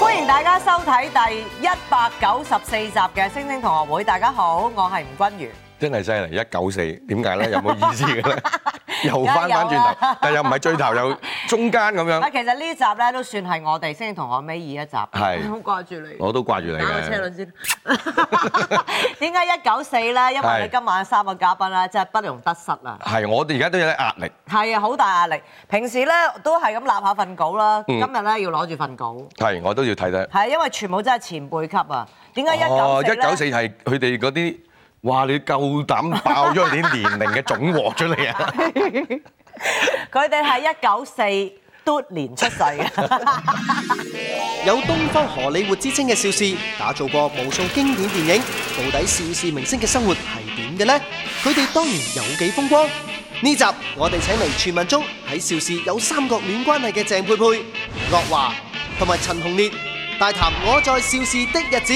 收睇第一百九十四集嘅《星星同學會》，大家好，我係吳君如。真係犀利，一九四點 解咧？有冇意思嘅咧？又翻翻轉頭，但又唔係最頭，又中間咁 啊，樣。其實呢集咧都算係我哋《星星同學》尾二一集，係好掛住你。我都掛住你打個車嘅。輪先。 點解一九四咧？因為你係今晚三個嘉賓嗯咧，真係不容得失啊！係，我哋而家都有啲壓力。係啊，好大壓力。平時咧都係咁立下份稿啦，今嗯日咧要攞住份稿。係，我都要睇睇。係因為全部真係前輩級啊！點解一哦，一九九四四咧？係佢哋嗰啲，哇！你夠膽爆咗佢啲年齡嘅總和出嚟啊！ 佢哋係一九四 嘟年出世嘅。 有東方荷里活之稱嘅邵氏，打造過無數經典電影。到底邵氏明星嘅生活係點嘅呢？佢哋當然有幾風光。呢集我哋請嚟傳聞中喺邵氏有三角戀關係嘅鄭佩佩、岳華同埋陳紅烈，大談我在邵氏的日子。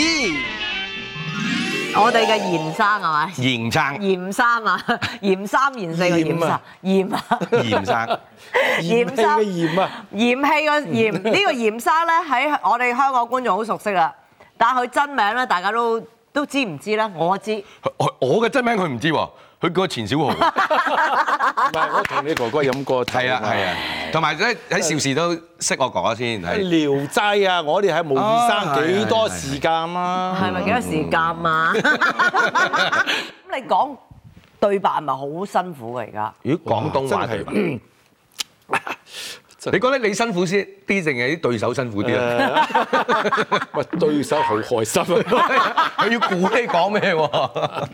我哋嘅嚴生係咪？嚴生，嚴生啊， 嚴三嚴四個嚴嚴生啊，嚴啊，嚴 生，嚴嫌棄生嘅嗯 嫌啊，嫌棄個嚴呢個嚴生咧，喺我哋香港觀眾好熟悉啦，但係佢真名咧，大家都都知唔知咧？我知，我我嘅真名佢唔知喎，佢叫我 錢小豪。唔係我同你哥哥飲過酒係啊，係啊，同埋咧喺邵氏都識我哥哥先， 《係聊齋》啊，我哋係無二啊係生幾多係係時間啊？係咪幾多時間啊？嗯咁你講對白係咪好辛苦嘅而家？咦廣東話真對係白你覺得你辛苦先啲定係啲對手辛苦啲啊？ 喂，對手好開 心啊！佢要估你講咩 喎？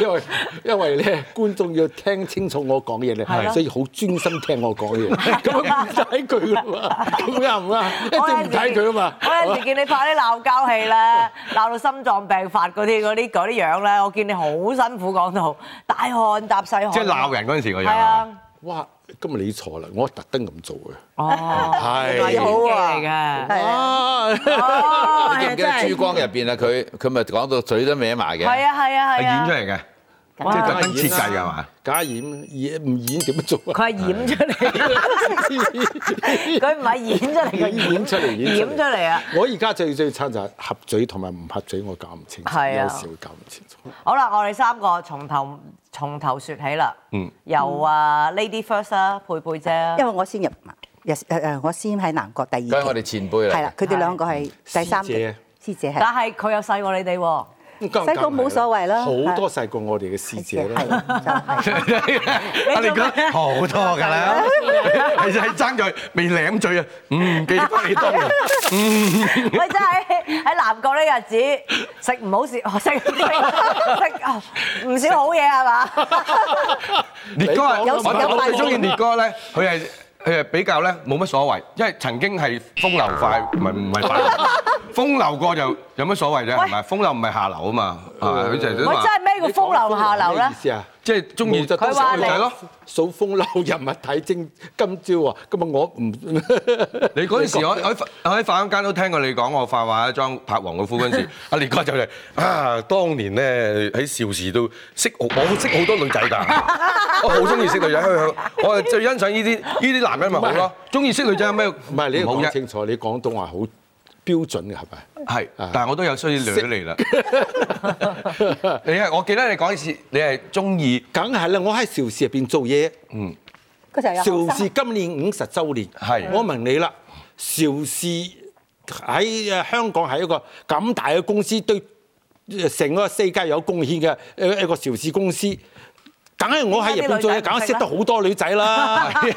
因為因為咧，觀眾要聽清楚我講嘢咧係咯，所以好專心聽我 講嘢。咁啊唔睇佢啦嘛，咁啱唔啱？ 一定唔睇佢啊嘛。我有時見你拍啲鬧交戲 咧，鬧到心臟病發嗰啲嗰啲嗰啲樣咧，我見你好辛苦講到大汗搭細汗。即係鬧人嗰陣時個樣係啊，哇！今日你錯啦，我特登咁做嘅。哦，係好嚟嘅。啊，哦， 記唔記真係得珠江入邊啊？佢佢咪講到嘴都歪埋嘅。係啊係啊係係演啊出，嚟嘅，哇即係特登設計㗎嘛？假演演唔演點樣做 啊？佢係演出嚟，佢唔係演出 嚟，佢演出嚟演出嚟演出嚟啊！我而家最最慘就係合嘴同埋唔合嘴，我搞唔清楚，係啊有時會搞唔清楚。好啦，我哋三個從頭從頭説起啦。嗯，由啊 Lady First 啊，佩佩姐啊因，為我先入入誒誒，我先喺南國第二期，佢係我哋前 輩嚟係啦，佢哋兩個係第三師姐期師姐係但係佢又細過你哋喎。細個冇所謂啦啊好多細個我哋嘅師姐咧，啊係就係我哋講好多㗎啦，其實係爭在未舐嘴啊，嗯，記翻你當年，喂，真係 喺南國呢日子食唔好食，食 食食哦唔少好嘢係 嘛？ 烈哥啊，有我有我快最樂中意烈哥咧，佢係佢係比較咧冇乜所謂，因為曾經係風流快，唔係唔係 快樂，風流過就有乜所謂啫，係咪？風流唔係下流啊嘛，啊佢就係喂，話真係咩叫風流下流咩咧意？思啊？即係中意冇就佢話你女仔咯。數風流人物睇精，今朝啊，今日我唔 你嗰陣時，我我喺我喺飯間都聽過你講我化畫妝拍黃老夫 嗰陣時，阿烈哥就嚟啊！當年咧喺邵氏都識好，我識好多女 仔㗎，我好中意識女仔，我係最欣賞呢啲呢啲男人咪好咯，中意識女仔有咩唔係你好講啫？清楚，你廣東話好標準嘅係咪？係，但係我都有需要撩你啦。 你係我記得你講一次，你係中意梗係啦，我喺邵氏入邊做嘢，嗰時候有邵後氏生今年五十週年，係我問你啦，邵氏喺誒香港係一個咁大嘅公司，對成個世界有貢獻嘅呃誒一個邵氏公司。梗係我喺日本做嘢，梗係識得好多女仔 啦， 識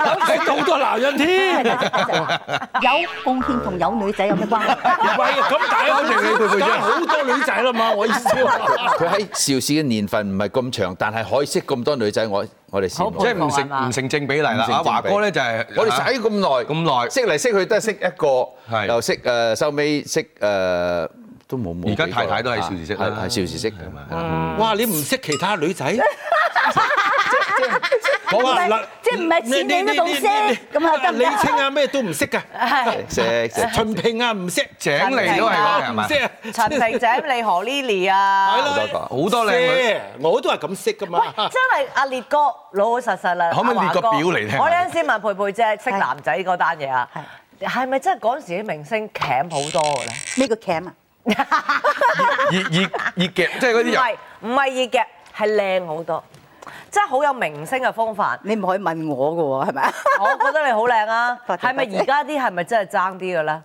得好多男人添。有貢獻同有女仔有咩關係？ 喂，咁大家謝你佩佩姐梗係好多女仔啦嘛，我意思 話。佢喺邵氏嘅年份唔係咁長，但係可以識咁多女仔，我我哋羨好慕即。係唔成唔成正比例啦。阿華哥咧就係我哋使咁耐，咁耐識嚟識去都係識一係個，又識誒收尾識誒都冇冇而幾個。家太太都係邵氏識啦係係邵氏識係嘛？係啦哇！你唔識其他女 仔？啊唔我話係即係唔係錢你都仲識咁啊？得唔李得？清啊咩都唔識㗎，識識。秦平啊唔識，井嚟都係啊㗎係唔嘛？識啊，陳平仔、你何 Lily 啊，係啦好多個好多靚女。識，我都係咁識㗎喂，嘛。真係阿烈哥老老實實啦，可唔可以阿華列哥個表嚟聽下我有陣時問佩佩姐識男仔嗰單嘢啊係，係咪真係嗰陣時啲明星鉗好多嘅咧？呢個 cam 啊， 熱熱熱夾，即係唔嗰啲人係唔係熱嘅，係靚好多，真係好有明星嘅風 範。你唔可以問我嘅喎，係咪啊？我覺得你好靚啊，多謝係咪而家啲係咪真係爭啲嘅咧？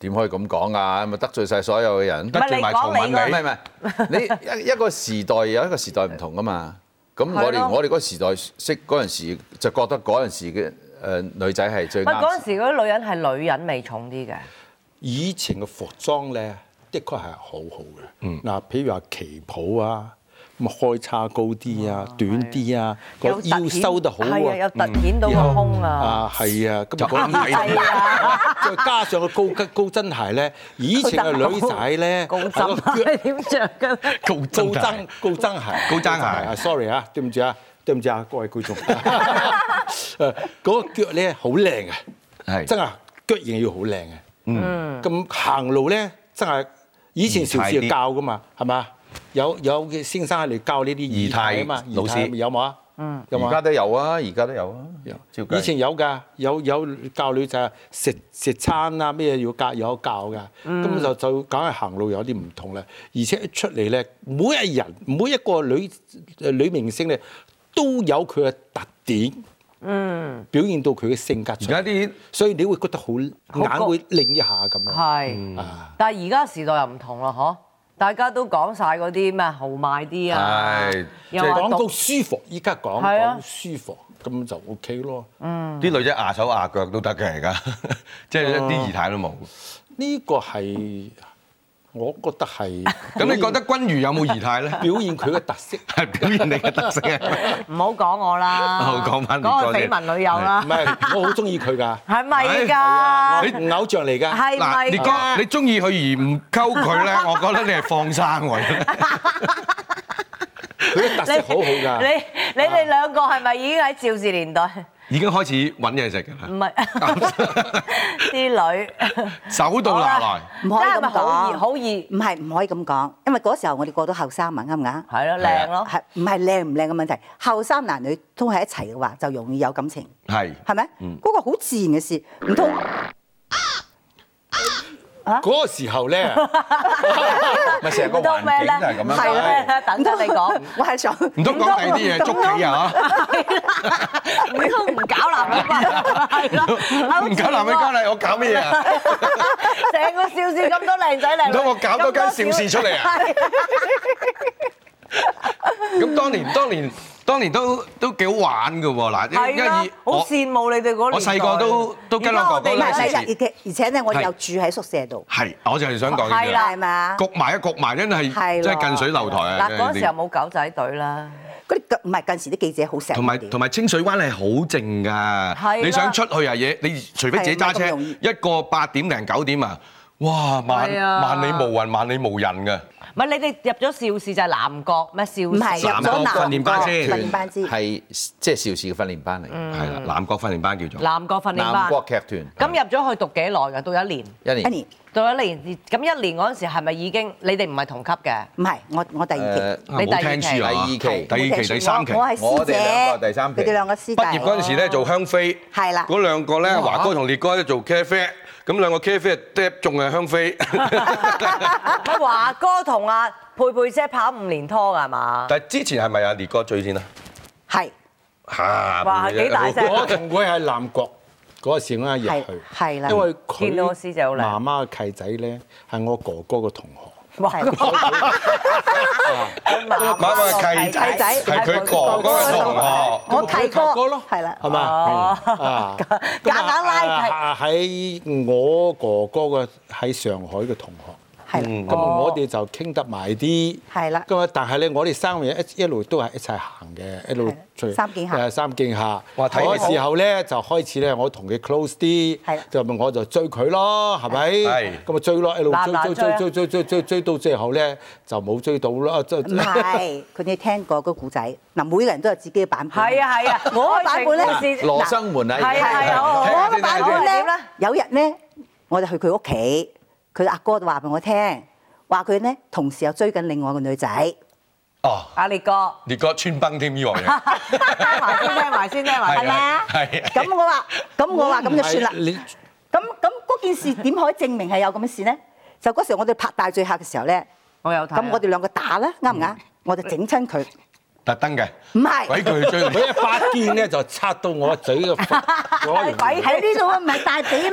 點可以咁講啊？咪得罪晒所有嘅人。得罪埋唔係曹你講敏你嗰唔你係。唔係，你一一個時代有一個時代唔同噶嘛。咁我係咯哋我哋嗰個時代識嗰陣時，就覺得嗰陣時嘅誒女仔係最喂，嗰啱陣。時嗰啲女人係女人味重啲嘅，以前嘅服裝咧，的確係好好嘅。嗯嗱、譬如話旗袍啊，咁啊開叉高啲啊，短啲啊，個有突腰顯收得好係啊，有啊。突顯到嗯個胸啊，啊，係啊，咁就啱睇到係 啊，再加上個高跟高真鞋咧，以前嘅女仔咧，高係個腳針 點着嘅咧？高 高真踭高踭鞋，高踭鞋啊！sorry 啊，對唔住啊，對唔住啊，各位觀眾。 誒，嗰個腳咧好靚嘅，係真係啊腳型要好靚嘅。嗯，咁行路咧真係以前邵氏教噶嘛，係嘛？有有嘅先生係嚟教呢啲儀態啊嘛，儀態老師儀態有冇啊？嗯，有冇而家啊？都有啊，而家都有啊。照計以前有㗎，有有教女仔食食餐啊，咩要教有教㗎，咁、嗯就就梗係行路有啲唔同啦。而且一出嚟咧，每一人每一個女誒女明星咧都有佢嘅特點，嗯，表現到佢嘅性格而出嚟。家啲所以你會覺得好好覺眼會擰一下咁樣。係。啊，但係而家時代又唔同啦，嗬！大家都講晒嗰啲咩豪邁啲啊係，又話講讀到舒服，依家講係啊講舒服，咁就 OK 咯。嗯啲女仔牙手牙腳都得嘅而家， 即係一啲儀態都冇。呢個係我覺得係 咁你覺得君如有冇儀態咧？表現佢嘅特色？係表現你嘅特色啊！唔好講我啦，好講講返唔個緋該你聞女友唔啦，係，我好中意佢㗎。係咪係㗎？我偶像嚟㗎，係嗱，咪你哥，你㗎？中意佢而唔溝佢咧，我覺得你係放生喎。佢嘅特色好好㗎。你你哋兩個係咪已經喺趙氏年代？ 已經開始揾嘢食㗎唔啦，係 啲女，手到拿來。唔可以真係咪咁好易講。好易唔係唔可以咁講，因為嗰時候我哋個個都後生嘛，啱唔啱？係咯，靚咯，係唔係靚唔靚嘅問題？後生男女都喺一齊嘅話，就容易有感情，係係咪？嗰個好自然嘅事，唔通嗰個時 候咧，咪成個環境都係咁樣。係咧，等陣 你講。 我係想唔通講第二啲嘢捉棋啊？唔通唔搞男人關係咯？好 唔搞男女關係，我搞乜嘢啊？成個邵氏咁多靚仔靚女，唔通我搞多間咁邵氏出嚟啊？咁當年當年當年都都幾好玩㗎喎！嗱，係啊一一，好我羨慕你哋嗰年代我細個都都跟我哥哥而唔家我哋咧係係而且而且咧，我哋又住喺宿舍度，係，我就係想講呢係啦啲係嘛？焗埋一焗埋，真係係咯真係近水樓台嗱啊！真係嗰呢陣時又冇狗仔隊啦，嗰啲唔係近時啲記者好錫同埋我哋同埋清水灣係好靜係啦㗎，你想出去啊嘢，你除非自己揸係唔係咁車容易，一個八點零九點啊，哇萬係啊萬里無雲，萬里無人㗎，唔係你哋入咗邵氏就係南國咩？邵氏唔係入咗南國訓練班先訓練班之係即係邵氏嘅訓練班嚟，係啦，南國訓練班叫做。南國訓練南班。國劇咁團。入咗去讀幾耐㗎？到一年，一一年年到一年，咁一年嗰陣時係咪已經你哋唔係同級 嘅？唔係我我第二期誒。啊你冇第二聽期書啊！第二期第二期、第三期我。我係師我哋兩個姐，第三期佢哋兩個師弟。畢業嗰陣時咧做香妃，係啦嗰兩個咧華哥同烈哥咧做茄啡，咁兩個茄啡 d 仲係香 妃，乜華哥同阿佩佩姐跑五年拖㗎係嘛？但係之前係咪阿烈哥追先啊？係嚇！哇幾 大聲我同佢係南國嗰個時我一日係去，係啦，因為佢見到我師姐好靚媽媽嘅契仔咧係我哥哥嘅同學，華哥 Ờ. 媽媽契契仔係佢哥哥嘅同學。我契哥啊佢哥咯，係啦係嘛？哦啊， 夾硬拉契啊喺我哥哥嘅喺上海嘅同學。係啦咁我哋就傾得埋啲，哦係啦咁啊，但係咧，我哋三個人一一路都係一齊行嘅，一路係最三徑下誒三徑下。哇睇嗰你個時候咧，就開始咧，我同佢 close 啲係啦，就咪我就追佢咯，係咪？係咁啊追咯，一路嗱嗱追追啊追追追追追追追到最後咧，就冇追到啦。即唔係佢哋聽過個故仔嗱，每個人都有自己嘅版本。係啊係啊，我嘅版本咧愛情故事羅生門啊，而係家係好好我嘅版本點咧咧，有日咧，我就去佢屋企，佢阿哥就話俾我聽，話佢咧同時又追緊另外個女仔，哦，阿烈哥。烈哥穿崩添呢樣嘢，聽埋先，聽埋先，聽埋係先。咪啊？係咁我話，咁我話咁就算啦。 你咁咁件事點可以證明係有咁嘅事呢？就嗰時我哋拍大醉客嘅時候呢，我有睇啊。咁我哋兩個打啦，啱唔啱？我就整親佢，特登嘅，唔係鬼叫佢追 你。佢一發癲咧就插到我嘴嘅 係肺，鬼喺呢度啊，唔係大髀咩？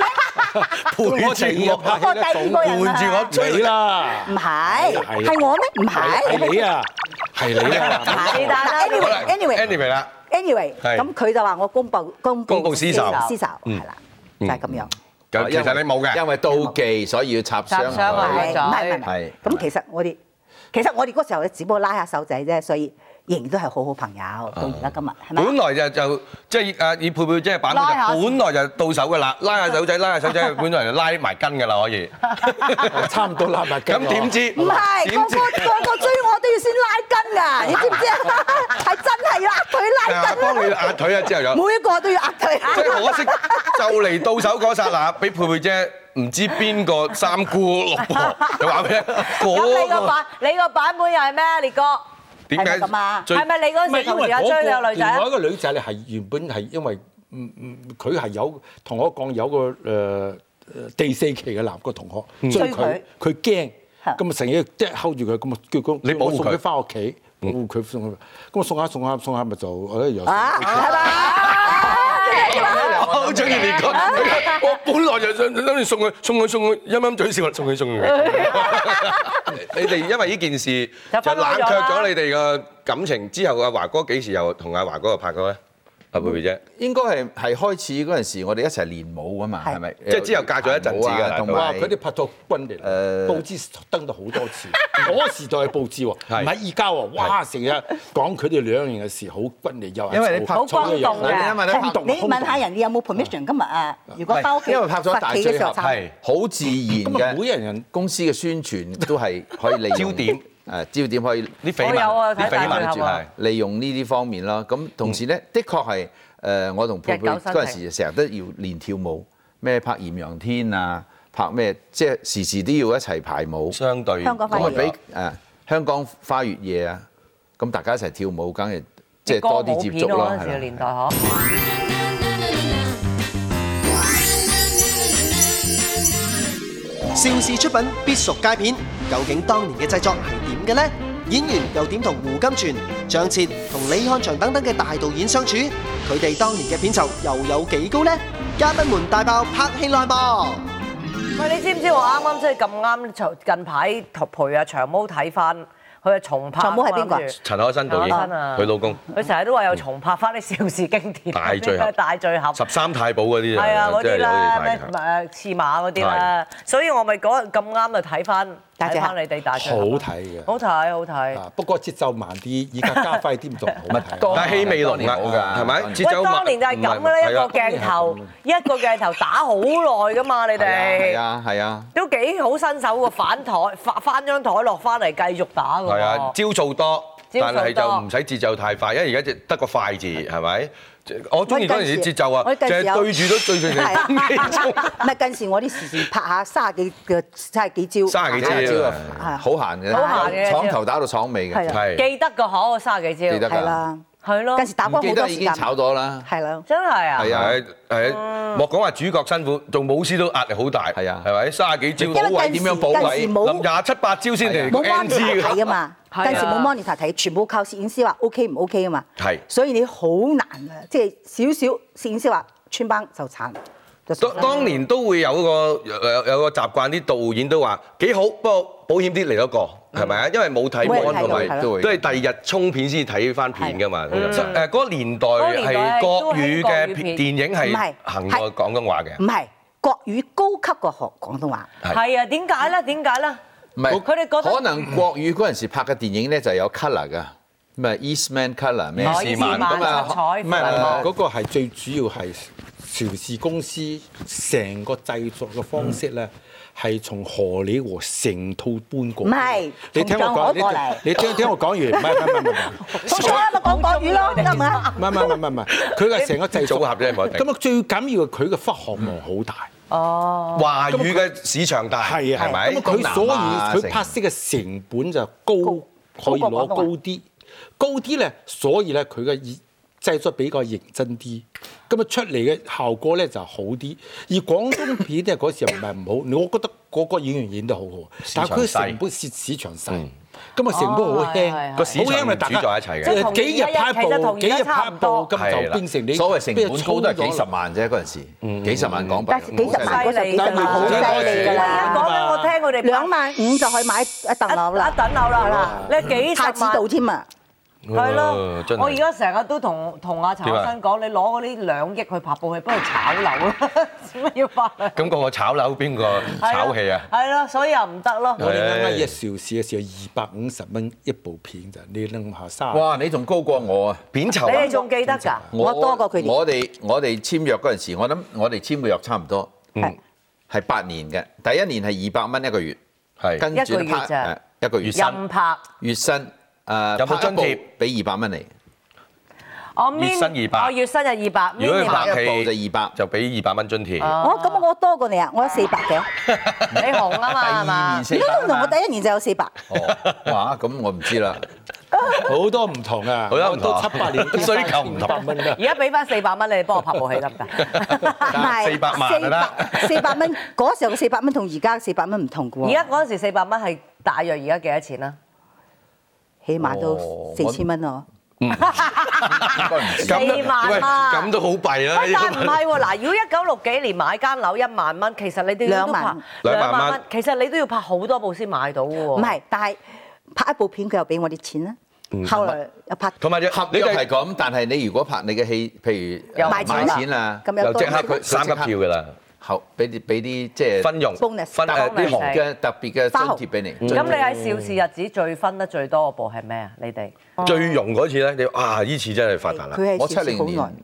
我情我拍 我第二個人伴住我啊，追你啦，唔係，係係我咩？唔係係你。啊，係 你啊，是但啦 Anyway，anyway anyway 啦， anyway，係咁佢就話我公佈公佈公佈私仇私仇係啦，就係咁樣。就其實你冇嘅，因為妒忌，所以要插傷插傷佢啊。係唔係唔係係？咁其實我哋其實我哋嗰時候只不過拉下手仔啫，所以仍然都係好好朋友到而家今日係咪？本來就就即係啊，以佩佩姐嘅版拉下本就本來就到手嘅啦，拉下手仔，拉下手仔，本來就拉埋筋嘅啦，可以。差唔多拉埋筋。咁點？知？唔係，個點知？個個個追我都要先拉筋㗎，你知唔知啊？係真係要壓佢拉啊，筋啊，幫你壓腿啊，之後有。 每一個都要壓呃 佢。即係可惜，就嚟到手嗰剎那，俾佩佩姐唔知邊個三姑六 婆就話俾你聽咁你嗰個個版你個版本又係咩？烈哥點係咪咁啊解最係咪你嗰陣唔係時因同時為有追你嗰個女仔個另外一？個女仔咧係原本係因為嗯嗯佢係有同我講有個誒、誒第四期嘅男個同嗯學追佢，佢驚。咁啊，成日即係 hold 住佢，咁啊叫佢，你保護佢我送佢翻屋企，保護佢送佢，咁啊送下送下送下咪就哎誒又啊，係我 好中意你 講，我本來就想諗住送佢送佢送佢，陰陰嘴笑，送 佢送佢。你哋因為呢件事就就分開咗冷啦卻咗你哋嘅感情之後，阿華哥幾時又同阿華哥又拍過咧？阿佩佩姐，應該係係開始嗰陣時，我哋一齊練舞啊嘛，係係咪？即係之後隔咗一陣子㗎彈舞啊同哇！埋佢哋拍咗軍嚟，誒報紙登咗好多次。 嗰時代嘅報紙喎，係唔係而家喎。哇！成日講佢哋兩樣嘅事，好軍嚟又係因為你拍嘈好轟動嘅 因為你拍轟動啊你問下人哋有冇 permission 今日啊？如果翻屋企因為拍咗罰大企嘅聚時合候撐係好自咁啊然嘅，每人人公司嘅宣傳都係可以利用焦點誒焦點可以啲緋我有啊聞，睇啲緋大聞聚合啊利用呢啲方面啦。咁同時咧，的確係誒，我同佩佩嗯日久生情嗰陣時成日都要練跳舞，咩拍《豔陽天》啊，拍咩即係時時都要一齊排舞。相對香港咁花啊，園俾誒香港花月夜啊，咁大家一齊跳舞，梗係即係歌多啲舞接片觸咯，嗰陣時嘅係年啦代呵。邵氏出品必屬佳片，究竟當年嘅製作係點嘅呢？演員又點同胡金铨、張徹同李翰祥等等嘅大導演相處？佢哋當年嘅片酬又有幾高呢？嘉賓們大爆拍戲內幕。喂，你知唔知我啱啱即係咁啱近排陪阿長毛睇翻佢嘅重拍。長毛係邊個我啊諗住陳可辛導演，陳可辛啊佢老公佢成日都話有重拍翻啲邵氏經典，大聚 合大聚合。十三太保嗰啲就係啊，嗰真啲係有啲啦，太咩強誒刺馬嗰啲啦，所以我咪嗰日咁啱就睇翻大隻睇客翻你哋大隻好客睇嘅好睇好睇。啊，不過節奏慢啲，而家加快啲就唔好睇。啊但係氣味濃當年好啊，㗎係咪？當年節奏喂，慢當年就係咁唔嘅係咧，一個係啊鏡頭一個鏡頭打好耐噶嘛，你係哋啊係啊，都幾好新手喎，反台翻翻張台落翻嚟繼續打㗎係啊，喎。招數多，招數多但係就唔使節奏太快，因為而家只得個快字，係咪？我中意嗰陣時節奏啊，我就近係時有對住都對住係啊你分幾鐘。唔係近時我啲時時拍下三十幾嘅三十幾招，三十幾招招啊啊，好閒嘅，好閒嘅廠頭打到廠尾係嘅，啊 係記得個可三十幾招，記得係啦，係咯，近時打唔波記好多得時已間經，炒咗啦，係啦。真係啊係，啊係係，莫講話主角辛苦，做武師都壓力好大，係啊係咪？三十幾招，因為補位近點時樣補位近時臨冇廿七八招先嚟冇 N 字 monitor 睇㗎。啊嘛，係啊近時冇 monitor 睇，全部靠攝影師話 OK 唔 OK 啊嘛。係所以你好難啊，即係少少攝影師話穿幫就慘。就當當年都會有個有有個習慣，啲導演都話幾好，不過保險啲嚟一嗯個係咪啊？因為冇睇冇人安睇同到埋係咯都係第二日沖片先睇翻片㗎嘛。咁樣誒嗰個年代嗯嗰個年代係都國係語國嘅語片電影唔係係行係過廣東話嘅唔。係國語高級過學廣東話，係係啊，點解咧？點解咧？唔係佢哋覺得可能國語嗰陣時拍嘅電影咧就有 colour 㗎，啊咩 Eastman colour 咩可哦以是是萬萬咁啊彩唔係繁忙哦嗰個係最主要係邵氏公司成個製作嘅方式咧，係從荷里活成套搬過嚟。嗯唔係你聽我講，從舊嗰個嚟你你聽聽我講完，唔係唔係唔係唔係。所 以咪講國語咯，得唔得？唔係唔係唔係唔係，佢嘅成個製作組合啫冇得定咁啊，最緊要係佢嘅忽學望好大，哦哦華語嘅市場大係啊，係咪？啊咁佢所以東南亞佢拍攝嘅成本就高，高可以攞高過廣東高啲，高啲咧，所以咧佢嘅製作比較認真啲，咁啊出嚟嘅效果咧就好啲。而廣東片咧嗰時候唔係唔好， 我覺得嗰個演員演得好好，但係佢市場細嗯成本市市場細，咁啊成本好哦係係輕，係個市場好輕咪啊大唔家主宰一齊嘅即係同幾日而家拍其實同部，而幾家日差拍唔部，多咁就變成你所謂成本高都係幾十俾人衝咗萬啫，嗰陣時幾十萬港幣，但係幾十萬嗰陣幾十萬好犀利㗎啦，啊你而家講緊我聽佢哋拍兩萬五就可以買一一棟樓啦，一等樓啦，你幾十太子道萬添啊！係咯哦真？係我而家成日都同同阿陳點學啊生講，你攞嗰啲兩億去拍部戲，不如炒樓啦，做乜要拍兩？咁個個炒樓邊個 炒戲啊？係咯，所以又唔得哎咯。啊我哋啱啱一邵氏嘅時候二百五十蚊一部片咋，你諗下卅。哇！你仲高過我啊！扁你酬啊哋！仲記得㗎？我多過佢哋我哋我哋簽約嗰陣時，我諗我哋簽嘅約差唔多係係八年嘅，第一年係二百蚊一個月，係跟住一個月拍咋誒一個月薪任拍，月薪誒有冇拍一部津貼俾二百蚊你，我月哦 min- 薪二百我月薪就二百，如果 min 二佢百拍拍一部戲就二百就俾二百蚊津哦貼。我咁我多過你啊，我有四百嘅，你紅啊第嘛，係二嘛年？四點解百原來我蚊第啊。一年就有四百？哦，哇！咁我唔知啦。好多唔同啊，好多唔同我啊都七八 年需求唔同百蚊 啦而。家俾翻四百蚊你，幫我拍部戲得唔得？唔係400萬就得四百四百蚊嗰時候嘅四百蚊同而家嘅四百蚊唔同嘅喎，而家嗰陣時四百蚊係大約而家幾多錢啊？起碼哦都四千蚊咯。四萬喂，啊咁都好弊啦！喂，但唔係哎喎，嗱，如果一九六幾年買間樓一萬蚊，其實你哋都要兩拍萬兩萬蚊其實你都要拍好多部先買到嘅喎。哦唔係，但係拍一部片佢又俾我哋錢啦。嗯後啊來又拍同埋你合你約就係咁，但係你如果拍你嘅戲，譬如又誒賣錢賣啦錢啊，咁又有即刻佢佢三級票㗎啦，後俾啲俾啲即係分傭 bonus 分呃誒特別啲行嘅特別花嘅紅津貼俾你。嗯咁你喺邵氏日子最分得最多嗰部係咩啊？你哋最融嗰次咧，你啊呢次真係發達啦！哦佢我係七少零少好耐年。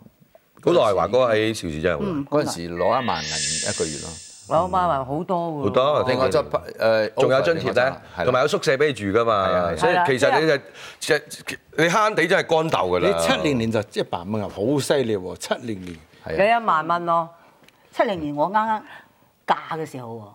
古來華哥喺邵氏真係好嗯耐，嗰陣時攞一萬銀一個月咯，我買埋好多喎。嗯好哦多另外呃再誒仲有津貼咧，同埋有宿舍俾你住噶係啊係嘛，啊所以係啊其實你就即係你慳地真係乾豆㗎你啦。七零年就一百蚊啊，好犀利喎！七零 年你係啊一萬蚊咯，七零年我啱啱嫁嘅時候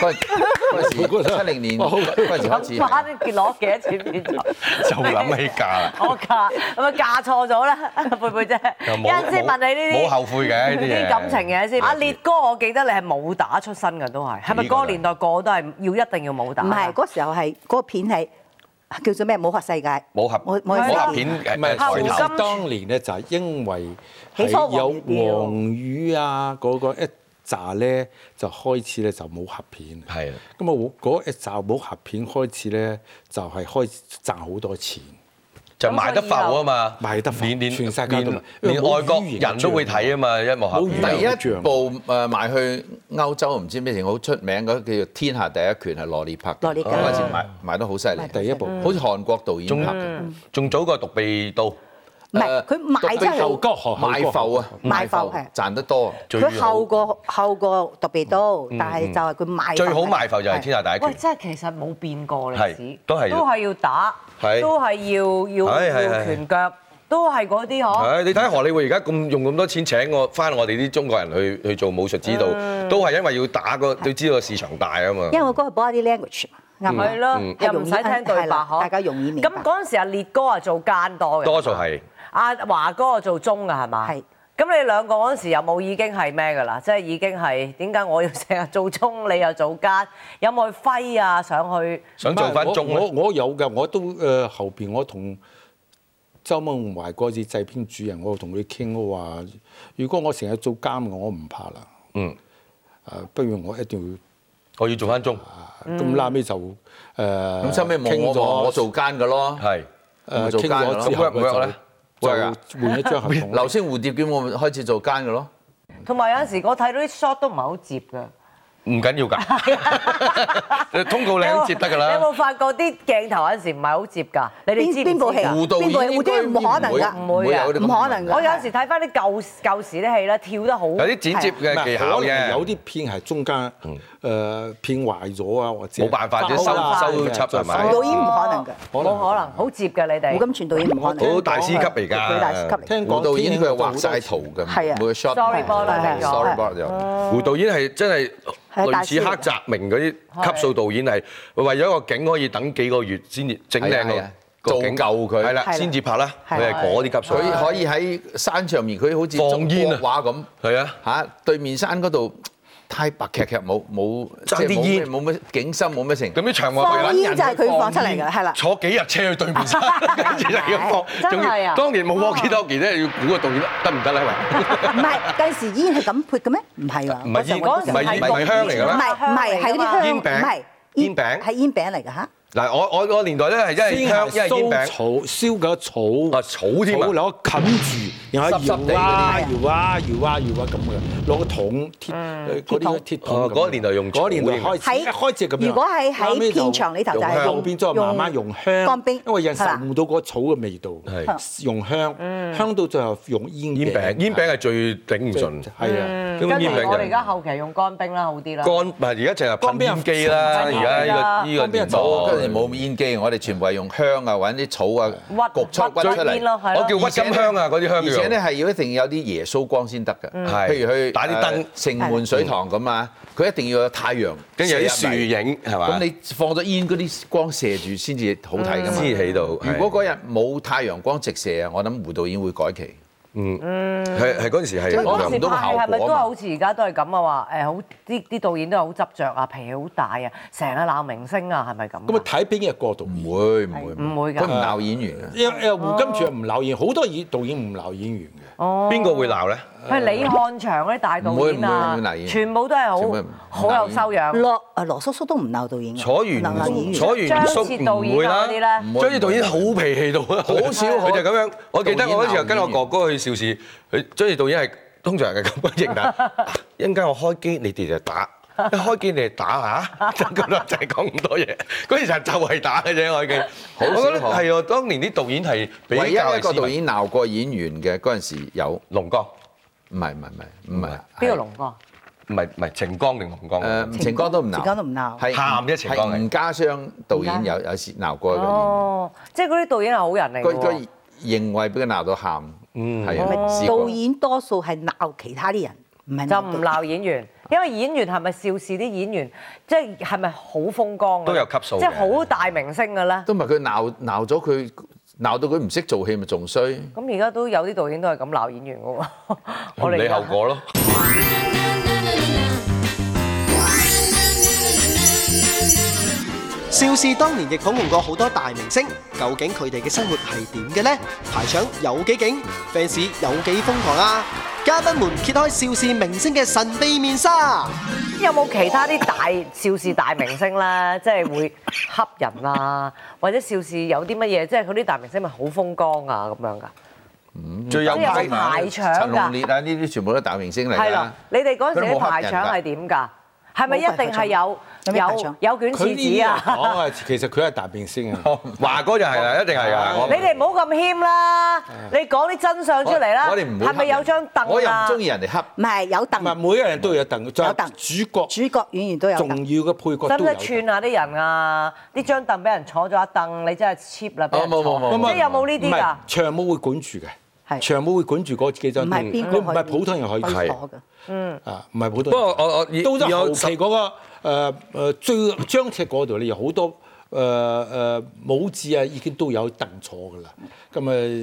嗰陣嗰陣時七零年嗰陣時開 咁始係翻啊攞幾多錢變咗？ 就諗起價啦。 我嫁咁咪嫁錯咗啦， 貝貝姐。又冇一陣先問你呢啲冇後悔嘅呢啲嘢啲感情嘢先。阿烈哥，我記得你係武打出身嘅都係，係咪嗰個年代個個都係要一定要武打？喎，唔係嗰時候係嗰個片係啊叫做咩武俠世界，武俠我武我係俠片誒唔係抬頭後邵氏當年咧，就係因為起初係有黃魚黃魚啊嗰個一紮咧，就開始咧就冇合片。係啊咁啊，嗰一紮冇合片開始咧，就係開始賺好多錢。就賣得浮啊嘛，賣得浮連連全世界都賣連連因為冇外國語言嘅人都會睇啊嘛，一幕合冇語言片第一部誒賣去歐洲唔知咩情好出名嗰個叫做《天下第一拳》係羅列拍嘅，羅列㗎嗰陣時賣賣得好犀利，第一部好似韓國導演拍嘅，仲早過獨臂刀，唔呃呃係佢買真後係國韓賣浮啊，賣浮係賺得多，最佢好後過後過特別多，但係就係佢賣嗯最好賣浮就係天下第一喂，拳，真係其實冇變過歷史係，都係都係要打，係都係要要係係要係拳腳，都係嗰啲嗬。唉，你睇荷里活而家咁用咁多錢請我翻我哋啲中國人去去做武術指導，都係因為要打個，要知道個市場大啊嘛因。為我嗰個 body language 嘛啱唔啱係咯嗯，又唔使聽對白係啦嗬，大家容易明白咁嗰陣時，阿烈哥啊做奸多嘅，多數係阿華哥啊做中啊，係嘛？係。咁你兩個嗰陣時有冇已經係咩㗎啦？即係已經係點解我要成日做中，你又做奸？有冇去揮啊？上去想做翻中我我咧，我有嘅，我都誒、呃、後邊我同周孟懷嗰次製片主任，我同佢傾，我話如果我成日做監嘅，我唔怕啦。嗯，誒、不如我一定我要做翻中，要啊咁拉尾就呃誒。咁咁收尾冇我我我做奸嘅咯，係我誒呃做傾奸嘅咯咗之後 work 唔 work 呢咧就 work 啊就換一張合 同啦。流星蝴蝶劍我咪開始做奸嘅咯。同埋有陣時我睇到啲 shot 都唔係好接㗎。唔緊要 㗎，通告你有冇肯接得㗎你有啦。冇發覺啲鏡頭有陣時唔係好接㗎？你哋知唔知㗎邊邊部戲啊胡導演邊個應該胡導演唔可能㗎唔會唔會啊有啲咁嘅唔可能㗎我有陣時睇翻啲舊舊時啲戲咧，跳得好。有啲剪接唔係嘅技巧可能有嘅，嗯啲片係中間誒、呃片壞咗啊，或者啊冇辦法啫，好啦收收輯係咪？胡導演唔可能㗎，冇可能，好接㗎你胡哋。金銓導演唔可能。好大師級嚟㗎佢大師級嚟㗎。聽胡講導演佢天係氣畫晒好多圖嘅，係啊每個 shot Storyboard 係嚟㗎嗯 storyboard 有。胡導演係真係係大類師似嚟㗎黑澤明嗰啲級數導演，係為咗一個景可以等幾個月先至整靚係啊係個啊造個景就佢係係啦，啦先至拍啦，係佢係嗰啲級數，佢可以喺山上面，佢好似放中煙啊國話咁，係啊嚇對面山嗰度太白劇劇冇冇，即爭係啲冇咩煙冇咩景深，冇咩成。咁啲場外啦放俾煙就係佢放出嚟㗎，係啦。坐幾日車去對面 山，跟住就要放，真仲係啊要當年冇 walkie talkie 咧，要估個導演得唔得咧？ 喂，唔係，嗰陣時煙係咁潑嘅咩？唔係喎，唔係煙，嗰陣唔時係煙，唔係香嚟㗎嘅唔咩？係唔係係嗰啲香，啊煙唔餅係煙餅係煙餅嚟㗎嚇。嗱，我我我年代咧係一係哎香，一係煙燒餅，草，燒嗰草啊草添啊草攞冚住，然後搖啊搖啊搖啊搖啊咁嘅，攞個桶鐵嗯嗰啲鐵桶咁樣。哦嗰個年代用草嗰個年代添啊開始，一開始咁樣。如果係喺後尾就片場裏頭就用係香用變咗慢慢用香，乾冰，因為人受係啦嗯唔到嗰個草嘅味道，係用香，香到最後用煙煙餅，煙餅係最頂唔順。係啊，嗯咁煙餅就乾唔係而家淨係噴煙機啦，乾而邊有家呢個呢個乾邊有年代冇，跟住冇煙機，我哋全部係用香啊，揾啲草啊，屈焗出屈屈出煙咯嚟。係咯我叫屈金香啊，嗰啲香而且咧料。係要一定要有啲耶穌光先得嘅，嗯係譬如去打啲燈呃城門水塘咁啊，佢一定要有太陽，跟住有啲射樹啊入嚟影係嘛？咁你放咗煙嗰啲光射住先至好睇噶嘛？先嗯起到係如果嗰日冇太陽光直射啊，我諗胡導演會改期。係係嗰陣時係即係咁嗰樣陣時啊咁啊睇邊嘅過度。嗯唔會唔會唔會㗎佢唔鬧演員啊嘅。因因為胡金哦銓唔鬧演，好多演導演唔鬧演員嘅。邊個會鬧咧？啊羅啊羅叔叔都唔鬧導演嘅，楚原鬧鬧演員楚原叔唔會啦，唔會張志導演好脾氣到啊，好 少可佢就咁樣。我記得我嗰時候導演鬧跟我哥哥去邵氏，佢張志導演係通常係咁樣型，但係啊 一陣間我開機，你哋就打。一開機你哋打下， 就咁啦，就係講咁多嘢。嗰時就就係打嘅啫，我已經。好少我覺得可係啊，當年啲導演係比唯一較一個係斯導文。演鬧過演員嘅嗰陣時有，龍江唔係唔係唔係唔係唔係唔係程江定龍江？誒，嗯吳程江都唔鬧，程江都唔鬧啊係喊啫程江係係吳家湘導演有有時鬧過一哦個演員，佢佢認為俾佢鬧到喊，嗯係啊試過導演多數係鬧其他啲人，唔係就導唔鬧演員，因為演員係咪邵氏啲演員，即係係咪好風光㗎啊都有級數嘅即係好大明星㗎啦。都唔係佢鬧鬧咗佢鬧到佢唔識做戲咪仲衰。嗯咁而家都有啲導演都係咁鬧演員㗎喎， 唔而理家後 果咯。邵氏當年亦捧紅過好多大明星，究竟佢哋嘅生活係點嘅呢？排場有幾勁，fans 有幾瘋狂啊！嘉賓們揭開邵氏明星嘅神秘面紗。有冇其他啲大邵氏大明星咧， 即係會恰人啊，或者邵氏有啲乜嘢，即係佢啲大明星咪好風光啊咁樣㗎？最有即係有派排場嗯陳龍㗎，烈啊，呢啲全部都大明星嚟係咯啦。。你哋嗰陣時佢都啲冇恰排人場㗎係點㗎？係咪一定係有有咩排場有有卷佢廁呢啲紙人 啊？講哦啊，其實佢係大明星啊。華哥就係啦，一定係㗎。我你哋唔好咁謙啦，你講啲真相出嚟啦。我哋唔會係咪有張凳啊？我又唔中意人哋恰。唔係有唔係凳，每個人都有凳，就有係凳主角主角演員都有重凳。要嘅配角使都唔有使串凳。下啲人啊？呢張凳俾人坐咗一凳，你真係 cheap 啦！俾人哦冇冇冇坐冇即係有冇呢啲㗎啊唔係？長毛會管住嘅，係長毛會管住嗰幾唔張凳，係邊佢個唔係普通人可以可以坐坐嘅？啊，唔係普通不過人。我我以到以咗後我期嗰個誒誒最張鐵嗰度咧，有好多呃誒誒武字啊，已經都有凳坐㗎啦。咁誒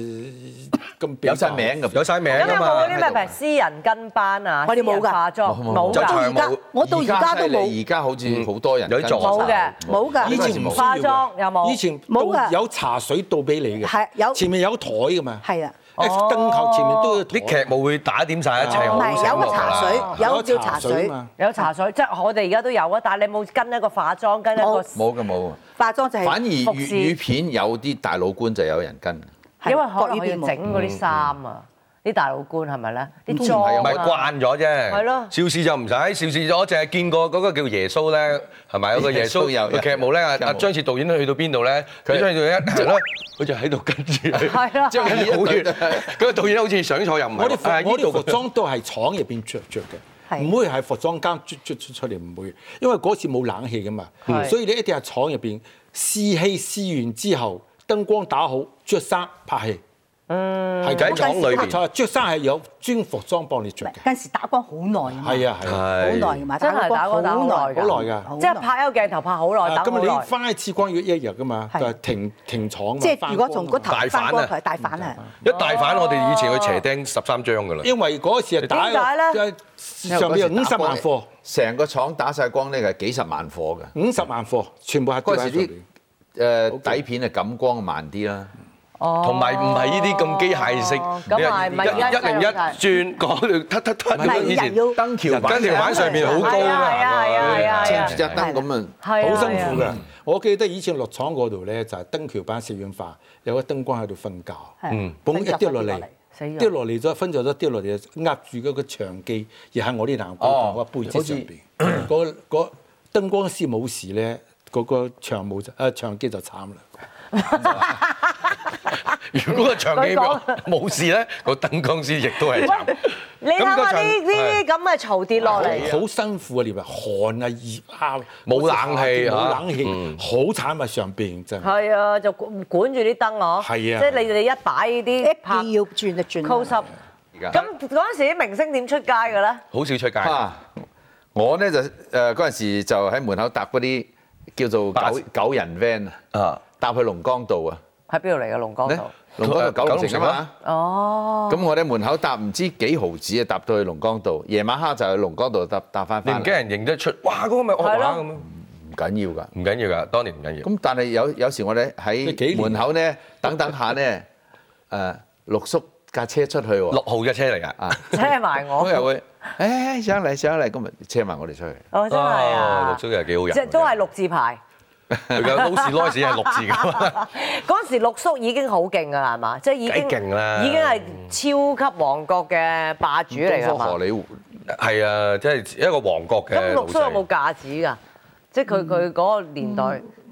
咁比較有晒名㗎，有晒名咁有㗎冇嗰嘛啲。咩譬如私人跟班啊？我哋冇㗎私人化妝冇啊就㗎，長而家冇我到而家都犀利冇，而家好似好多人嗯有啲助手冇嘅冇㗎以以前前唔冇需。要化㗎妝有冇以前冇㗎倒有茶水倒俾你嘅，係有前面有台㗎嘛，係啊啦，哦誒凳頭前面都有台啲劇務會打點晒一切，唔好醒目係有個㗎茶水啦，有叫茶啊水，嘛。有茶水，即係我哋而家都有啊。但係你冇跟一個化妝，跟一個冇冇嘅冇嘅。化妝就係反而粵服侍語片有啲大老官就有人跟，係因為可能國語佢要片冇整嗰啲衫啊，啲大老官係咪咧？啲唔係唔啊妝係啊，慣咗啫。係咯邵氏就唔使，邵氏我淨係見過嗰個叫耶穌咧，係咪有個耶穌耶穌有個劇務咧？劇務阿張哲導演去到邊度咧？佢佢張哲導演一係咯，佢就喺度跟住你，係啦即係好遠。嗰個導演好似想坐又唔係，我哋啊服我呢哋度服裝都係廠入邊着着嘅，係唔會係服裝間出出出出嚟，唔會，因為嗰時冇冷氣噶嘛係，所以你一定係廠入邊試戲試完之後，燈光打好，着衫拍戲，嗯，係喺廠裏邊。錯，着衫係有專服裝幫你着唔係嘅。嗰陣時打光好耐㗎嘛，係啊係啊，好係耐㗎嘛，真係打光打好好耐㗎耐好耐㗎好耐即係啊拍一個鏡頭拍好耐，哦啊等咁好你耐。翻一次光要一日㗎嘛，係就係停停廠嘛。即係翻如果光從嘛個頭大反啊翻光佢係大反嗯啊，一大反，我哋以前去斜釘十三張㗎啦。因為嗰時係打點解咧呃上面有五十萬貨，，成個廠打晒光呢係幾十萬貨嘅。五十萬貨全部係堆嗰陣喺時上面啲誒底片啊感光慢啲啦，同埋唔係呢啲咁機械式，咁咪咪一而家一零一轉講到突突突係以前人要燈橋跟條板上面好高係啊係啊係啊係啊㗎係啊隻燈咁啊，係好啊辛苦係㗎啊。我記得以前落廠嗰度咧，就係燈橋板攝影化，有個燈光喺度瞓覺，啊嗯嘣一跌落嚟，死咗跌落嚟咗，分咗咗跌落嚟，壓住嗰個長記，而喺我啲男高哦頭個背脊上邊，嗰嗰燈光師冇事咧，嗰個長毛就誒長記就慘啦。如果個長鏡佢冇事咧，個燈光師亦都係慘。你睇下咁個場呢呢啲咁嘅嘈跌落嚟，好辛苦啊！連埋汗啊、熱啊，冇冷氣冇啊冷氣，好慘啊！上邊真係。係啊，就管管住啲燈我。係啊即係你哋一擺呢一啲拍定要轉就轉啊 close up。而家咁嗰陣時啲明星點出街嘅咧？好少出街，啊！我咧就誒嗰陣時就喺門口搭嗰啲叫做巴九士九人 van 啊啊，搭去龍江道啊，喺邊度嚟嘅龍江咧道？龍江道九龍城啊嘛。哦，咁我哋門口搭唔知幾毫子啊，搭到去龍江道，夜晚黑就去龍江道搭搭翻你唔翻驚嚟，人認得出，哇！嗰個咪惡係咯話咁樣，唔緊要㗎。唔緊要㗎，當年唔緊要。咁但係有有時我哋你幾喺年門口咧等等下咧， 誒陸叔架車出去六喎，號嘅車嚟㗎，啊車 埋我咁。又會誒上嚟上嚟，咁日車埋我哋出去。哦，真係哦啊陸！叔又幾好人，即係都係六字牌。佢嘅 l o s 係六字 㗎，嗰陣時陸叔已經好勁㗎啦，係嘛？即係已經梗係勁啦已經係超級王國嘅霸主嚟㗎東嘛方荷。里活係啊，即係一個王國嘅咁老陸叔有冇細。架子㗎？即係佢佢嗰個年代，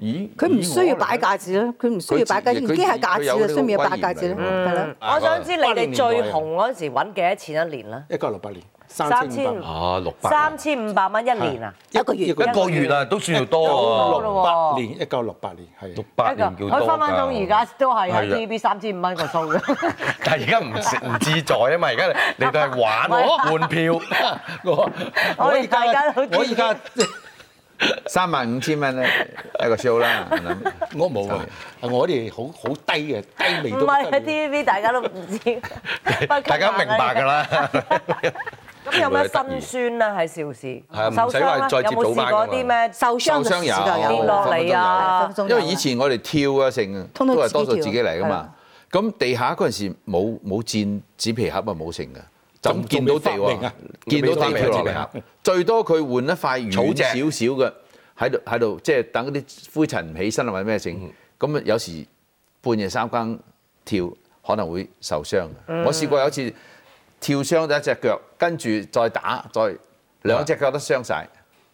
咦？佢唔咦需要擺。架子啦，佢唔需要擺架，佢已自己經係架子佢有啦，呢需個唔需要擺架子咧？威嚴嗯係啦，我想知你八零哋年代啊最紅嗰陣時揾幾多錢一年咧？一九六八年三三千千五五百百啊，六百三千五百蚊一年啊！一個月一個一個月啊，都算要哦好多多啊，咯六八年，一九六八年係六百一個年叫多佢分分鐘而家都係喺係啊 TVB 三千五蚊個數嘅，但係而家唔食唔自在啊嘛，而家你都係玩換票， 我我哋大家都知我而家三萬五千蚊咧一個 show 啦，我諗我冇啊！我哋好好低嘅低微唔到不係得喺了 TVB 大家都唔知， 大大家明白㗎。啦。咁有咩辛酸咧？喺邵氏係啊唔受使話傷再咧，有接冇早試班過㗎嘛啲咩受傷受傷就有跌落嚟啊？分分鐘有因為以前我哋跳啊成，通都通係多數自己跳自己嚟噶係嘛啊。咁地下嗰陣時冇冇墊紙皮盒啊，冇成嘅，就咁仲見到地仲未發明喎啊，見到地未跳發落明嚟啊啊。最多佢換一塊草軟席少少嘅喺度喺度，即係等嗰啲灰塵唔起身啊或者咩嗯成。咁啊有時半夜三更跳可能會受傷嘅。嗯我試過有一次跳傷咗一隻腳，跟住再打再兩隻腳都傷晒，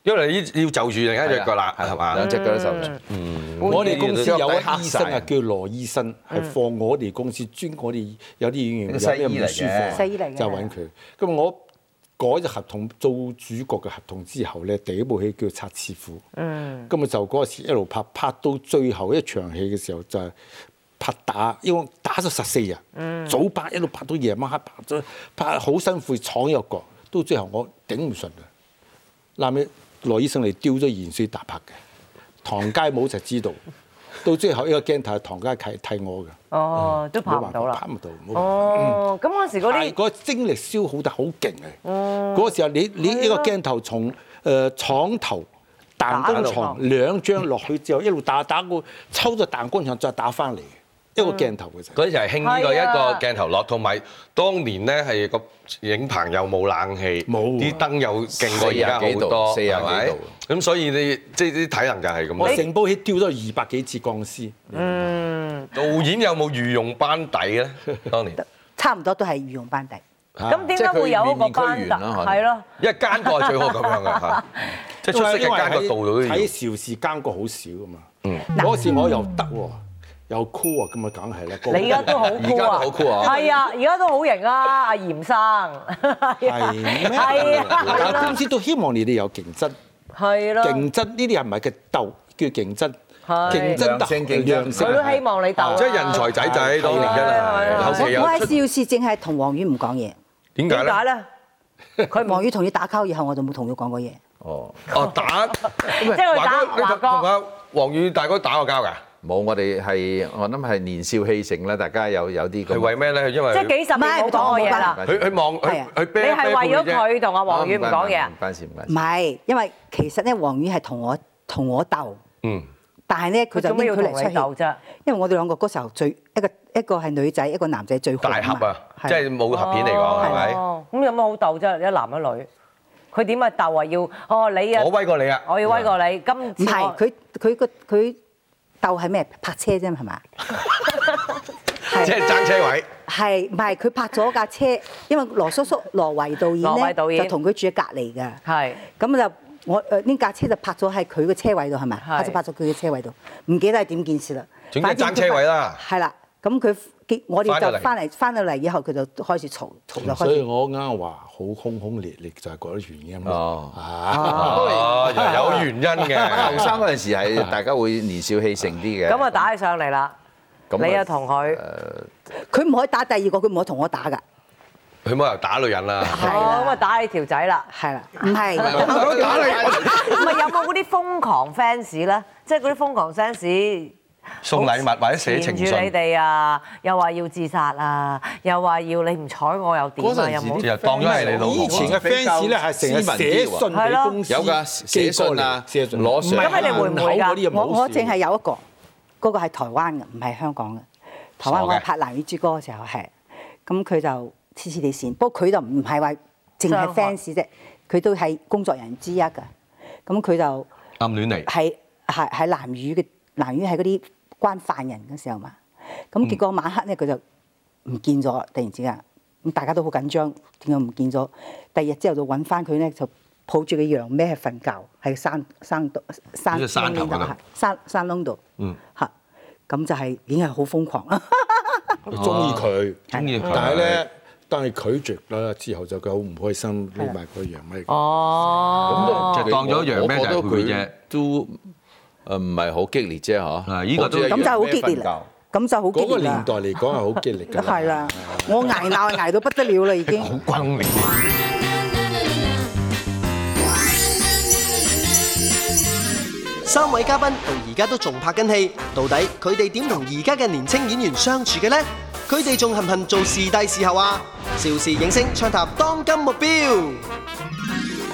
因為你要就住另一隻腳啦，係嗯嘛？兩隻腳都受傷。嗯我哋公司有腳位底黑醫生晒啊，叫羅醫生，係放我哋公司專我哋有啲演員有咩唔舒服啊，西醫嚟嘅就揾佢。咁我改咗合同做主角嘅合同之後咧，第一部戲叫《拆刺婦》，咁啊就嗰時一路拍，拍到最後一場戲嘅時候就係拍打，因為打咗十四日，早拍一路拍到夜晚黑，拍咗拍好辛苦，闖入角，到最後我頂唔順啦。嗱，尾羅醫生嚟丟咗鹽水搭拍嘅，唐街冇就知道。到最後一個鏡頭係唐街替替我嘅，哦，都拍冇唔辦到法，啦拍。唔到，冇辦法。哦，咁嗰時嗰但係啲嗯嗰精力消耗得好勁嘅。嗰時候你你一個鏡頭從誒廠頭彈打弓到床兩張落去之後，一路打打個抽咗彈弓床再打翻嚟，一個鏡頭嘅嗯啫。嗰陣時係興呢個一係啊個鏡頭落，同埋當年咧係個影棚又冇冷氣，冇啊啲燈又勁過而家好多，四十幾度係咪四十幾咁所以你即係啲體能就係咁我啦。成部戲丟咗二百幾次鋼絲，導演有冇御用班底咧？ 當年，差唔多都係御用班底。咁點解會有一個班即係佢面面俱圓啦㗎？可能係咯，因為奸角係最好咁樣嘅嚇，即係出色嘅奸角導到都要。嗯睇邵氏奸角好少啊嘛。嗰時我又得喎，又酷啊，咁啊梗係啦。個個你而家都好而家 cool 都啊，好 cool 啊係啊，而家都好型啊，阿嚴生，係咩？係啊係但係啦公司都希望你哋有競爭。係咯，競爭呢啲係唔係嘅鬥叫競爭？係。競爭良大性競爭良性佢都希望你鬥啊。即係人才仔仔當年係真係係係後期我我有出喺邵氏淨係同黃宇唔講嘢，點解點咧解？咧？佢唔黃宇同佢打交以後，我就冇同佢講過嘢。哦，哦打，即係佢打華哥同阿黃宇大哥打過交㗎，冇，我哋係我諗係年少氣盛啦，大家有有啲咁。係為咩咧？因為即係幾十年冇講過嘢啦。佢佢望係佢啊佢你啤係為咗啤背佢同阿黃宇唔講嘢啊唔？關事唔關唔事。係，因為其實咧，黃宇係同我同我鬥，嗯，但係咧佢佢就做咩拎要同佢嚟你出鬥氣，啫？因為我哋兩個嗰時候最一個一個係女仔，一個男仔最好大嘛合啊，係即係武俠片嚟講係咪？哦咁有乜好鬥啫？一男一女，佢點啊鬥啊？要哦你啊我，威過你啊！我要威過你。今唔次我係佢佢個佢鬥係咩？泊車啫嘛，係嘛？即係爭車位。係唔係佢泊咗架車？因為羅叔叔羅維導演羅維導咧演就同佢住喺隔離㗎。係咁就我誒呢架車就泊咗喺佢嘅車位度係咪？係泊咗泊咗佢嘅車位度，唔記得係點件事啦。總之爭車位啦反正佢係啦，咁佢結我哋返到就嚟翻嚟翻到嚟以後，佢就開始嘈嘈就開所以始。我啱話好轟轟烈烈就係嗰啲原因哦咯。啊哦，有原因 後生嘅。嗰陣時係大家會年少氣盛啲嘅。咁啊打起上嚟啦，咁啊你又同佢佢唔可以打第二個，佢唔可以同我打㗎。佢冇由打女人啦。係哦咁啊啦，打你條仔 啦。係啦，唔係我打你，唔係有冇嗰啲瘋狂 fans 咧？即係嗰啲瘋狂 fans 送禮物或者寫纏情住你信，哋啊，又話要自殺啊，又話要你唔睬我又點嗰陣啊？時有啲冇？就當咗係你老以前婆。嘅 fans 咧係成日寫信俾公司，有㗎寫信啊寄過嚟攞相咁你哋會唔會㗎嗰啲又唔我好我笑淨係有一個，嗰個係台灣嘅，唔係香港嘅。台灣傻嘅我拍《南乳之歌》嘅時候係，咁佢就黐黐地線，不過佢就唔係話淨係傷害 fans 啫，佢都係工作人之一㗎。咁佢就暗戀你，喺喺喺南乳嘅南乳喺嗰啲關犯人嘅時候嘛，咁結果晚黑咧佢就唔見咗，突然之間，咁大家都好緊張，點解唔見咗？第二日之後就揾翻佢咧，就抱住個羊咩瞓覺喺山山度山好似山頭嗰度窿山山窿度，嚇咁就係已經係好瘋狂啦。中意哦佢，中意佢但係咧，但係拒絕啦之後就佢好唔開心，匿埋個羊咪。哦，就當咗楊咩就係佢啫。都誒唔係好激烈啫嗬。啊依個都好似咁就係好激烈啦，咁就好激啊嗰個烈年啦代，嚟講係好激烈 㗎。係啦，我捱鬧係捱到不得了啦已經。 轟你，三位嘉賓到而家都仲拍緊戲，到底佢哋點同而家嘅年青演員相處嘅呢？佢哋仲恨唔恨做視帝視后啊？邵氏影星暢談當今目標。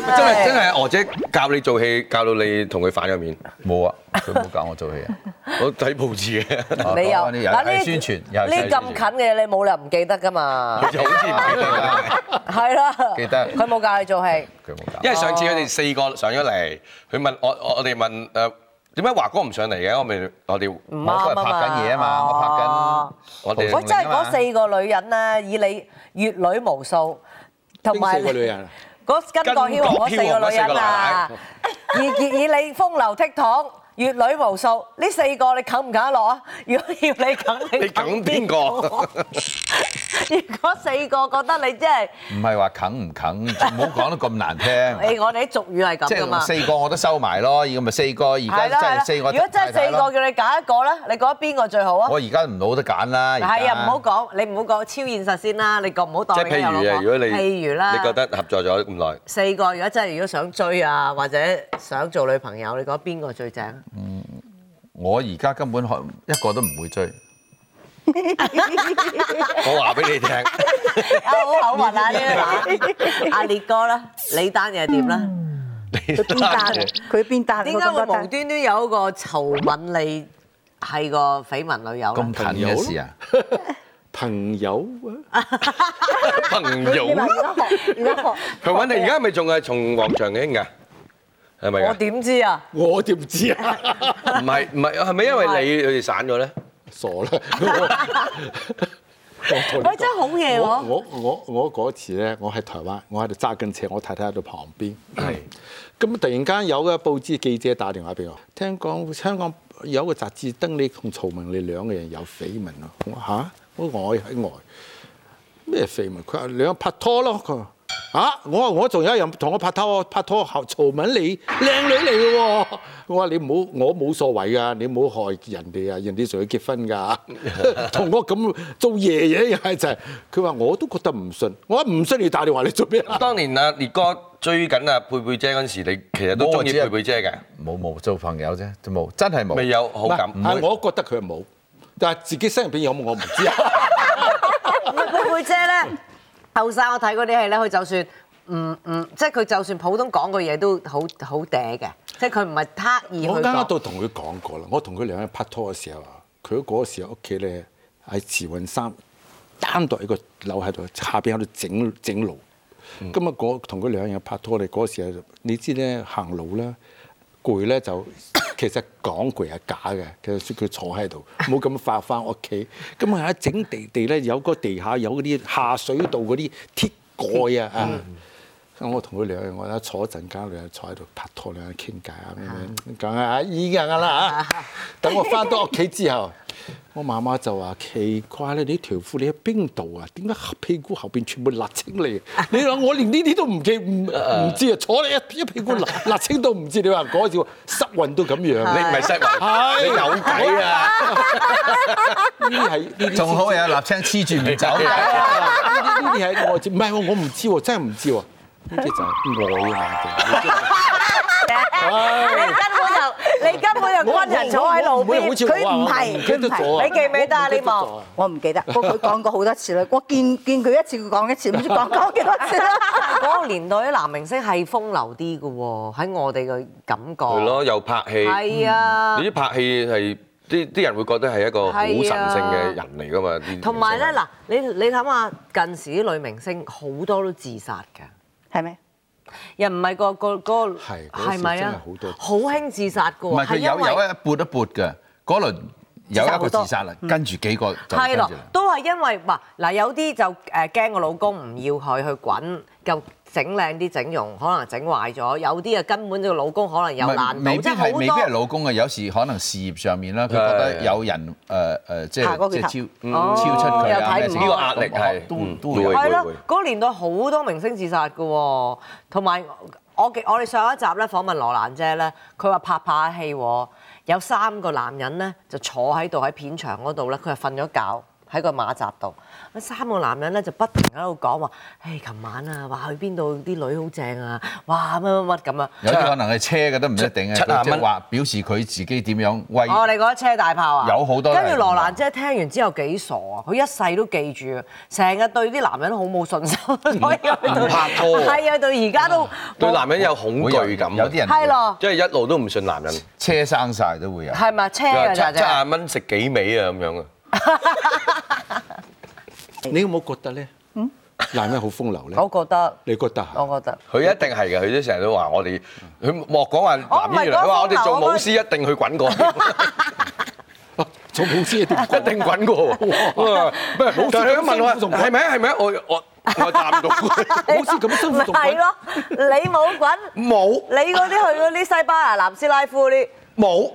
真係真係娥姐教你做戲，教到你同佢反咗面。冇啊，佢冇教我做 戲啊。我睇報紙嘅，哦你又講翻啲又係宣傳又係呢宣傳咁近嘅嘢你冇理由唔記得噶嘛？又好似唔記得啦。 係啦，記得佢冇教你做戲，佢冇教。 因為上次佢哋四個上咗嚟，佢問我我我哋問誒點解華哥唔上嚟嘅？我咪我哋唔我啱嗰啊嘛。日拍緊嘢啊嘛，我拍緊哦。我哋喂，真係啊嘛嗰四個女人咧，以你閱女無數，同邊埋四個女人啊？ 嗰巾幗梟巾幗王嗰梟四個王女嗰四個人奶啊奶，以以以你風流倜儻。閱女無數，呢四個你啃唔啃得落啊？如果要你啃，你啃梗 邊個？如果四個覺得你真係，唔係話啃唔啃，唔好講得咁難聽。誒我哋啲俗語係即咁噶嘛係。四個我都收埋咯，而家咪四個，而係啦係家真啦係四個。如果真係四個叫你揀一個咧，你覺得邊個最好啊？我而家唔好得揀啦。係啊，唔好講，你唔好講超現實先啦，你講唔好當即係你譬如啊，如果你譬如啦，你覺得合作咗咁耐， 四個如果真係如果想追啊，或者想做女朋友，你覺得邊個最 正？我而家根本可一個都唔會追。我話俾你聽，啊，好口暈啊 呢啲阿烈哥啦，你單嘢點啦？佢邊單？佢邊單？點解會我咁多單無端端有個曹敏莉係個緋聞女友咁咧？近嘅事啊！朋友啊，朋你友話，而家學，而家學。佢揾你而家係咪仲係從黃長興㗎？係咪我㗎？點知啊？我點知啊？唔係唔係，係咪因為你佢哋散咗咧？傻啦！我喂真係好嘢喎我我我我嗰次咧，我喺台灣，我喺度揸緊車，我太太喺度旁邊。係。咁突然間有個報紙記者打電話俾我，聽講香港有個雜誌登你同曹明你兩個人有緋聞咯。我話吓，我呆喺外咩緋聞？佢話兩個拍拖咯。佢話啊！我話我仲有人同我拍拖，拍拖後曹敏你靚女嚟嘅喎。我話你唔好，我冇所謂噶，你唔好害人哋啊！人哋仲要結婚㗎， 同我咁做爺爺又係就係。佢話我都覺得唔信，我話唔信你打電話嚟做咩啊？當年啊，烈哥追緊啊佩佩姐嗰陣時，你其實都中意佩佩姐嘅，冇冇做朋友啫，都冇，真係冇。未有好感唔。係啊我覺得佢係冇，但係自己身入邊有冇我唔知啊。佩佩姐咧，後生我睇嗰啲戲咧，佢就算唔唔，即係佢就算普通講句嘢都好好嗲嘅，即係佢唔係刻意去我啱啱講。都同佢講過啦，我同佢兩日拍拖嘅時候啊，佢嗰個時候屋企咧喺慈雲山單獨一個樓喺度，下邊喺度整整路。嗯咁啊，我同佢兩日拍拖咧，嗰時候你知咧行路咧攰咧就 其實講攰係假嘅，其實佢坐喺度冇咁快翻屋企。咁啊，喺整地地咧有個地下有嗰啲下水道嗰啲鐵蓋啊啊！嗯咁我同佢兩樣，我一坐一陣間，兩人坐喺度拍拖，兩人傾偈啊，咁樣梗係啊，已經㗎啦嚇。等我翻到屋企之後，我媽媽就話：奇怪咧，你條褲你喺邊度啊？點解屁股後邊全部瀝青嚟？你話我連呢啲都唔記唔唔知啊，坐你一一屁股瀝瀝青都唔知，你話嗰時濕運到咁樣，你唔係失迷，你有計啊！呢啲係呢啲仲好啊有立青黐 住唔走。啊呢啲呢啲係我知，唔係我唔知喎，真係唔知喎。呢啲就係啊我眼嘅。 啊你根本就 你根本就軍人坐喺路邊，佢唔係唔記得咗啊你記唔記得啊？呢幕？我唔記得，不過佢講過好多次啦。我見見佢一次，佢講一次，唔知講講幾多次啦。嗰個年代啲男明星係風流啲嘅喎，喺我哋嘅感覺。係，咯，嗯又拍戲。係啊。你啲拍戲係啲啲人會覺得係一個好神聖嘅人嚟㗎嘛？啲明星同埋咧，嗱，你你諗下，近時啲女明星好多都自殺㗎，係咪？又唔係個個嗰個係嗰時真係好多好興自殺㗎唔喎，係佢有啊因為有一撥一撥嘅，嗰輪有一個自殺啦，跟住幾個就跟係住咯啦。，都係因為嗱嗱有啲就誒驚個老公唔要佢去滾，又整靚啲整容，可能整壞咗；有啲啊根本個老公可能有唔難係度，未即必係好係未必係多。老公啊，有時可能事業上面啦，佢覺得有人誒誒，即爬過佢頭係即係哦超超出佢又啊睇咩唔情開呢況個壓力係都嗯都會有會係咯，嗰個年代好多明星自殺嘅喎，同埋我記我哋上一集咧訪問羅蘭姐咧，佢話拍拍戲喎，有三個男人咧就坐喺度喺片場嗰度咧，佢係瞓咗覺。喺個馬扎度，咁三個男人咧就不停喺度講話，誒，琴晚啊，話去邊度啲女好正啊，哇，乜乜乜咁啊！有啲可能係車嘅都唔一定七七啊，廿即係蚊話表示佢自己點樣威。哦，你覺得車大炮啊？有好多跟住人羅蘭姐聽完之後幾傻啊！佢一世都記住，成日對啲男人好冇信心， 所以唔拍拖啊係啊，到而家都對男人有恐會懼感，有有啲人啊係咯，即係一路都唔信男人，車生晒都會有。係咪車又㗎七咋七啫？廿蚊食幾味啊咁樣啊！你有冇覺得咧？男人好風流咧？我覺得，你覺得啊嚇？我覺得。佢一定係嘅，佢都成日都話我哋，佢莫講話我唔係男演員，佢話講我哋做風流舞師一定去滾過，一啊做老師一定一 定滾過喎。咩？師但係佢問我咁辛苦仲滾係咪啊？係咪啊？我我我答唔到，老師咁辛苦仲係揾咯，你冇滾， 冇你嗰啲去嗰啲西班牙、南斯拉夫嗰啲，冇。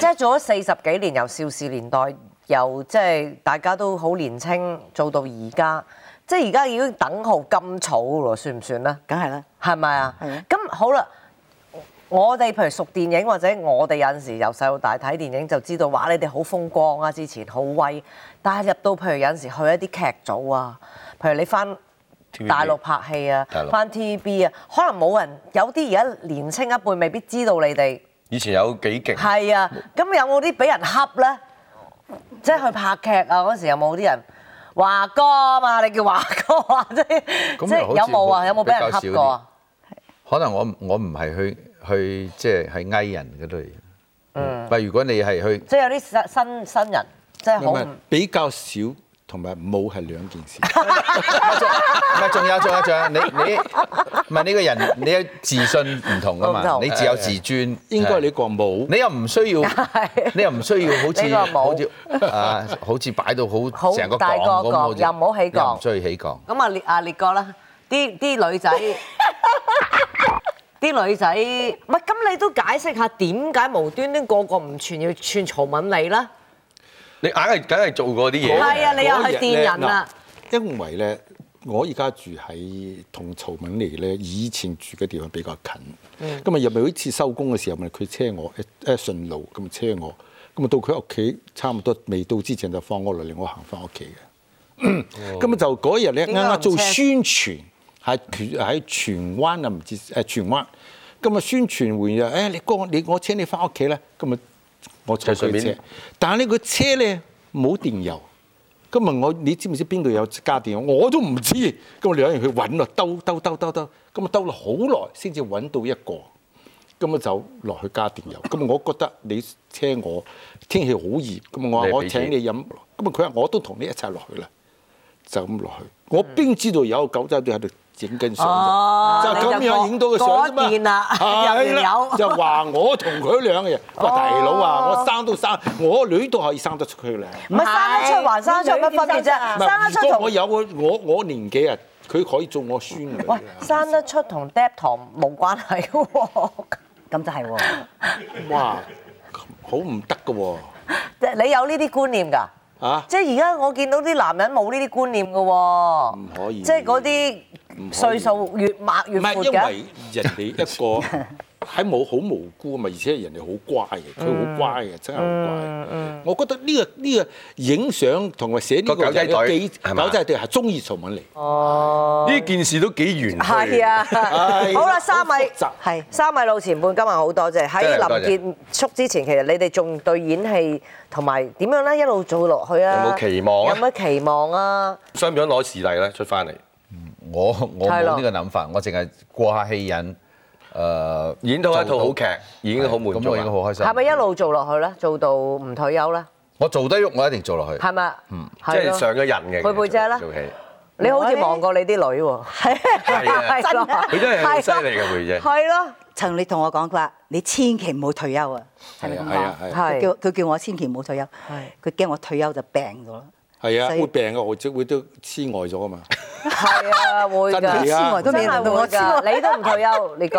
即係做咗四十幾年，由邵氏年代，由即係大家都好年青，做到而家，即係而家已經等號甘草咯，算唔算咧？梗係啦。係咪啊係啊？咁好啦，我哋譬如熟電影或者我哋有陣時由細到大睇電影就知道，哇！你哋好風光啊，之前好威，但係入到譬如有陣時去一啲劇組啊，譬如你翻。 TVB 大陸拍戲啊大，陸翻 TVB 啊，可能冇人有啲而家年青一輩未必知道你哋以前有幾勁，係啊，咁有冇啲俾人恰咧？即係去拍劇啊嗰時有冇啲人華哥啊嘛？你叫華哥啊？即係咁即係又好似有冇啊？比有冇俾人恰比較少過啊？可能我唔我唔係去去即係係藝人嗰類。嗯。但如果你係去即係有啲新新新人，即係好唔唔係比較少同埋冇係兩件事。唔係，啊仲有仲有仲有，你你唔係呢個人，你有自信唔同噶唔嘛？同你自有自尊，應該你個冇，你又 唔需要，你又唔需要好呢似個冇好似啊，好似擺到好好成個大槓個槓咁，好似又唔好起槓又唔需要起槓。咁啊列啊列過啦，啲啲 女仔，啲女仔，唔係咁你都解釋下點解無端端個個唔串要串曹敏莉啦？你硬係梗係做過啲嘢。係啊，你又係嗰日電咧人啦，嗱因為咧我而家住喺同曹敏妮咧，以前住嘅地方比較嗯近。咁啊、入咪好次收工嘅時候，咪佢車我誒誒順路咁車我，咁啊到佢屋企差唔多未到之前就放我落嚟，我行翻屋企嘅。咁啊就嗰日咧哦點啱解啱唔做車宣傳，喺荃喺荃灣啊，唔知誒荃灣。咁啊宣傳完又誒你哥你我車你翻屋企啦，咁啊我坐就順佢便車，但係呢個車咧冇電油。咁問我你知唔知邊度有家電？我都唔知。咁我兩人去揾咯，兜兜兜兜兜，咁啊兜咗好耐先至揾到一個。咁啊就落去家電油。咁啊我覺得你車我天氣好熱，咁我話你係我俾請錢你飲。咁啊佢話我都同你一齊落去啦，就咁落去。我邊知道有狗仔隊喺度影緊相啫哦就咁樣影到個相你啫嘛。就過過電啦入係面有啦，就話我同佢兩 個人。喂，大佬啊，哦我生都生，我女都可以生得出佢咧。唔係生得出還生得出有乜分別啫？啊唔生得係，出如果我同有我我我年紀啊，佢可以做我孫女啊。喂生得出同 d e p 堂冇關係喎。 咁就係喎。哇，好唔得噶喎！即係你有呢啲觀念㗎？啊即係而家我見到啲男人冇呢啲觀念㗎喎。唔可以即係嗰啲歲數越抹唔越係闊因嘅。為人哋一個 喺冇好無辜啊嘛，而且人哋好乖嘅，佢嗯好乖嘅，真係好乖。我覺得呢個呢個影相同埋寫呢個個狗仔人有隊幾係嘛狗仔隊係中意曹敏嚟。哦。呢件事都幾玄虛。係啊，係好啦，三位好複雜係三位老前輩，今日好多謝喺真係多謝臨結束之前，其實你哋仲對演戲同埋點樣咧一路做落去啊？有冇期望啊有乜期望啊？想唔想攞視例咧出翻嚟？我我係咯冇呢個諗法，我淨係過下戲癮。誒演到一套好劇做到已經好滿足啦咁我已經好開心。係咪一？路做落去咧？做到唔退休咧？我做得喐，我一定做落去。係咪？嗯，即係上咗人嘅。佩佩姐呢做戲你好似望過你啲女喎， 係啊咯佢真係好犀利係嘅咯佩姐係咯，曾你同我講佢話：你千祈唔好退休啊！係咪咁係啊係講？啊係佢叫佢叫我千祈唔好退休係，佢驚我退休就病咗啦。係啊，所以會病嘅，我即會都痴呆咗啊嘛。係啊，會㗎，真係㗎我都未輪到我真係會㗎你都唔退休，你覺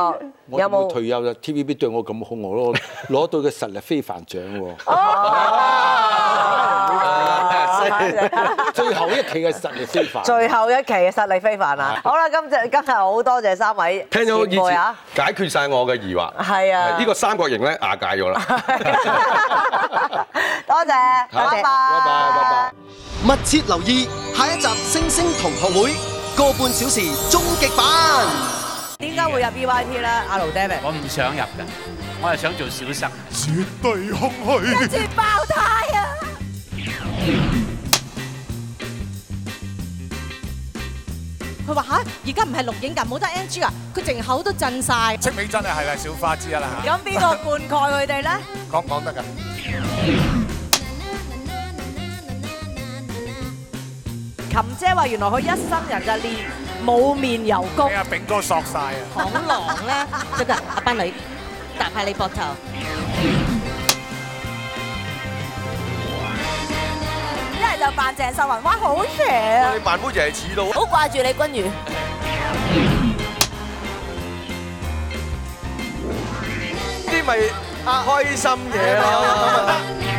我有點會冇？退休啦？TVB 對我咁好，我攞攞到嘅實力非凡獎喎。哦 最後一期嘅實力非凡。最後一期嘅實力非凡啊！好啦，今日今日好多謝三位聽咗以前輩啊！前解決晒我嘅疑惑。係啊呢個三角形咧瓦解咗啦。 多謝，好拜拜，拜拜拜拜。密切留意下一集《星星同學會》個半小時終極版。點解會入 BYT 咧？阿盧 David，我唔想入嘅，我係想做小生。啊佢話吓，而家唔係錄影㗎，冇得 NG 㗎，佢淨口都震晒。戚美真啊係係啦，小花之一啦咁邊個灌溉佢哋咧？嚇，講唔講得㗎？琴姐話原來佢一生人就練冇面油功俾阿炳哥索晒啊！恐龍咧，即係阿班女搭下你膊頭。一係就扮鄭秀文，哇，好啊邪啊！你扮妹就係似到。好掛住李君如。呢咪開心嘢咯。